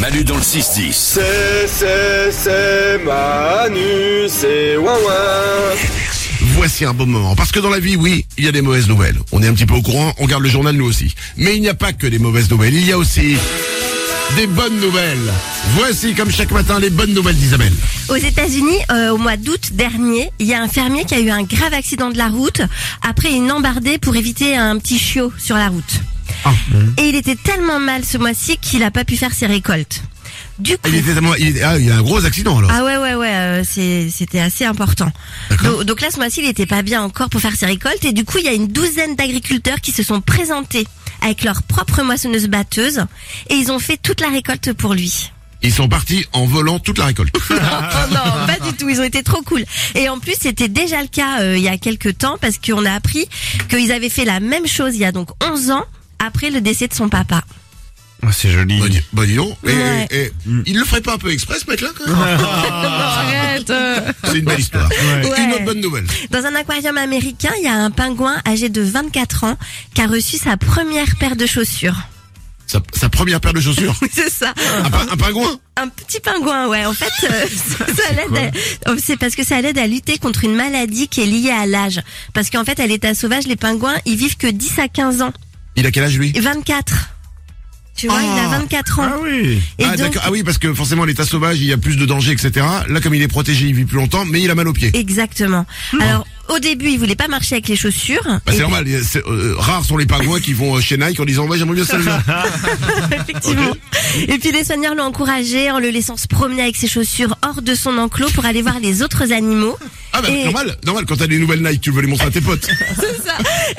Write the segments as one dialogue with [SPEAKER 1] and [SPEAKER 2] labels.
[SPEAKER 1] Manu dans le 6-10.
[SPEAKER 2] C'est, c'est, c'est Manu, c'est Wawa.
[SPEAKER 3] Voici un bon moment. Parce que dans la vie, oui, il y a des mauvaises nouvelles. On est un petit peu au courant, on garde le journal nous aussi. Mais il n'y a pas que des mauvaises nouvelles, il y a aussi des bonnes nouvelles. Voici comme chaque matin les bonnes nouvelles d'Isabelle.
[SPEAKER 4] Aux États-Unis, euh, au mois d'août dernier, il y a un fermier qui a eu un grave accident de la route après une embardée pour éviter un petit chiot sur la route.
[SPEAKER 3] Ah.
[SPEAKER 4] Et il était tellement mal ce mois-ci qu'il n'a pas pu faire ses récoltes. Du coup,
[SPEAKER 3] Il était tellement- il est- ah, il y a un gros accident alors.
[SPEAKER 4] ah ouais ouais ouais, euh, c'est- c'était assez important. Donc, donc là ce mois-ci, il n'était pas bien encore pour faire ses récoltes et du coup, il y a une douzaine d'agriculteurs qui se sont présentés avec leur propre moissonneuse batteuse et ils ont fait toute la récolte pour lui.
[SPEAKER 3] Ils sont partis en volant toute la récolte.
[SPEAKER 4] Oh non, pas du tout. Ils ont été trop cool. Et en plus, c'était déjà le cas euh, il y a quelques temps parce qu'on a appris qu'ils avaient fait la même chose il y a donc 11 ans après le décès de son papa.
[SPEAKER 5] Ah, c'est joli.
[SPEAKER 3] Bon, dis- bon, dis donc. Et,
[SPEAKER 4] Ouais.
[SPEAKER 3] et- il le ferait pas un peu exprès, ce mec-là quand même C'est une belle histoire.
[SPEAKER 4] Ouais.
[SPEAKER 3] Une autre bonne nouvelle.
[SPEAKER 4] Dans un aquarium américain, il y a un pingouin âgé de 24 ans qui a reçu sa première paire de chaussures.
[SPEAKER 3] Sa, sa première paire de chaussures.
[SPEAKER 4] Oui, c'est ça.
[SPEAKER 3] un, pa- un pingouin.
[SPEAKER 4] Un petit pingouin, ouais. En fait, euh, ça l'aide. à- oh, C'est parce que ça l'aide à lutter contre une maladie qui est liée à l'âge. Parce qu'en fait, à l'état sauvage, les pingouins, ils vivent que 10 à 15 ans.
[SPEAKER 3] Il a quel âge lui
[SPEAKER 4] 24. Tu vois, il a 24 ans.
[SPEAKER 5] oui.
[SPEAKER 4] Et
[SPEAKER 3] ah,
[SPEAKER 4] donc,
[SPEAKER 3] d'accord. Ah oui, parce que forcément, l'état sauvage, il y a plus de dangers, etc. Là, comme il est protégé, il vit plus longtemps, mais il a mal aux pieds.
[SPEAKER 4] exactement. Alors, au début, il voulait pas marcher avec les chaussures.
[SPEAKER 3] Hmm. Bah,
[SPEAKER 4] Et-
[SPEAKER 3] c'est normal. c'est, euh, rares sont les pingouins qui vont euh, chez Nike en disant ouais j'aimerais bien celle-là.
[SPEAKER 4] effectivement. Et puis, les soigneurs l'ont encouragé en le laissant se promener avec ses chaussures hors de son enclos pour aller voir les autres animaux.
[SPEAKER 3] Ah bah
[SPEAKER 4] Et-
[SPEAKER 3] normal, normal. Quand t'as des nouvelles Nike, tu veux les montrer à tes potes.
[SPEAKER 4] C'est ça.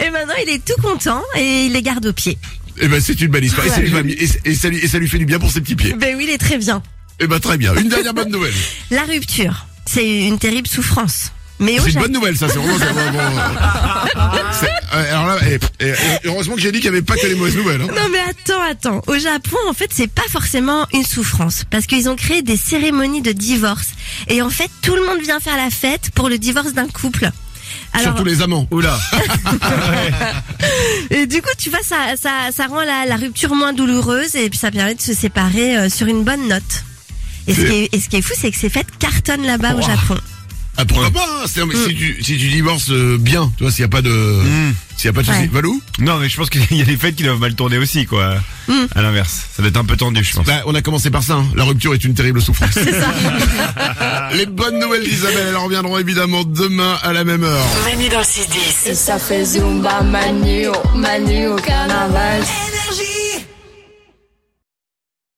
[SPEAKER 4] Et maintenant, il est tout content et il les garde aux pieds.
[SPEAKER 3] Et ben c'est une belle histoire. Et, ça lui va bien- et, et ça lui, et ça lui fait du bien pour ses petits pieds.
[SPEAKER 4] Ben oui, il est très bien.
[SPEAKER 3] Et ben très bien. Une dernière bonne nouvelle.
[SPEAKER 4] La rupture, c'est une terrible souffrance. Mais au
[SPEAKER 3] C'est une
[SPEAKER 4] Japon-
[SPEAKER 3] bonne nouvelle, ça. C'est vraiment. c'est vraiment- c'est- euh, alors là, et- et- et heureusement que j'ai dit qu'il n'y avait pas que les mauvaises nouvelles. hein.
[SPEAKER 4] Non mais attends, attends. Au Japon, en fait, c'est pas forcément une souffrance parce qu'ils ont créé des cérémonies de divorce et en fait, tout le monde vient faire la fête pour le divorce d'un couple. Alors,
[SPEAKER 3] Surtout les amants.
[SPEAKER 5] Oula.
[SPEAKER 4] et euh, du coup, tu vois, ça, ça, ça rend la, la rupture moins douloureuse et puis ça permet de se séparer euh, sur une bonne note. Et ce, qui est, et ce qui est fou, c'est que ces fêtes cartonnent là-bas au
[SPEAKER 3] Ouah.
[SPEAKER 4] Japon.
[SPEAKER 3] Ah, pourquoi pas hein C'est- mais
[SPEAKER 4] Mm.
[SPEAKER 3] si, tu, si tu divorces euh, bien, tu vois, s'il n'y a pas de.
[SPEAKER 5] Mm.
[SPEAKER 3] S'il y a pas de soucis.
[SPEAKER 4] Ouais.
[SPEAKER 3] Valou
[SPEAKER 5] Hmm. Non, mais je pense qu'il y a des fêtes qui doivent mal tourner aussi, quoi. À l'inverse. Ça doit être un peu tendu, je pense.
[SPEAKER 3] Bah, on a commencé par ça. hein. La rupture est une terrible souffrance. Les bonnes nouvelles d'Isabelle, elles reviendront évidemment demain à la même heure.
[SPEAKER 6] Manu dans le 6-10.
[SPEAKER 7] Et ça fait Zumba Manu, au- Manu au carnaval.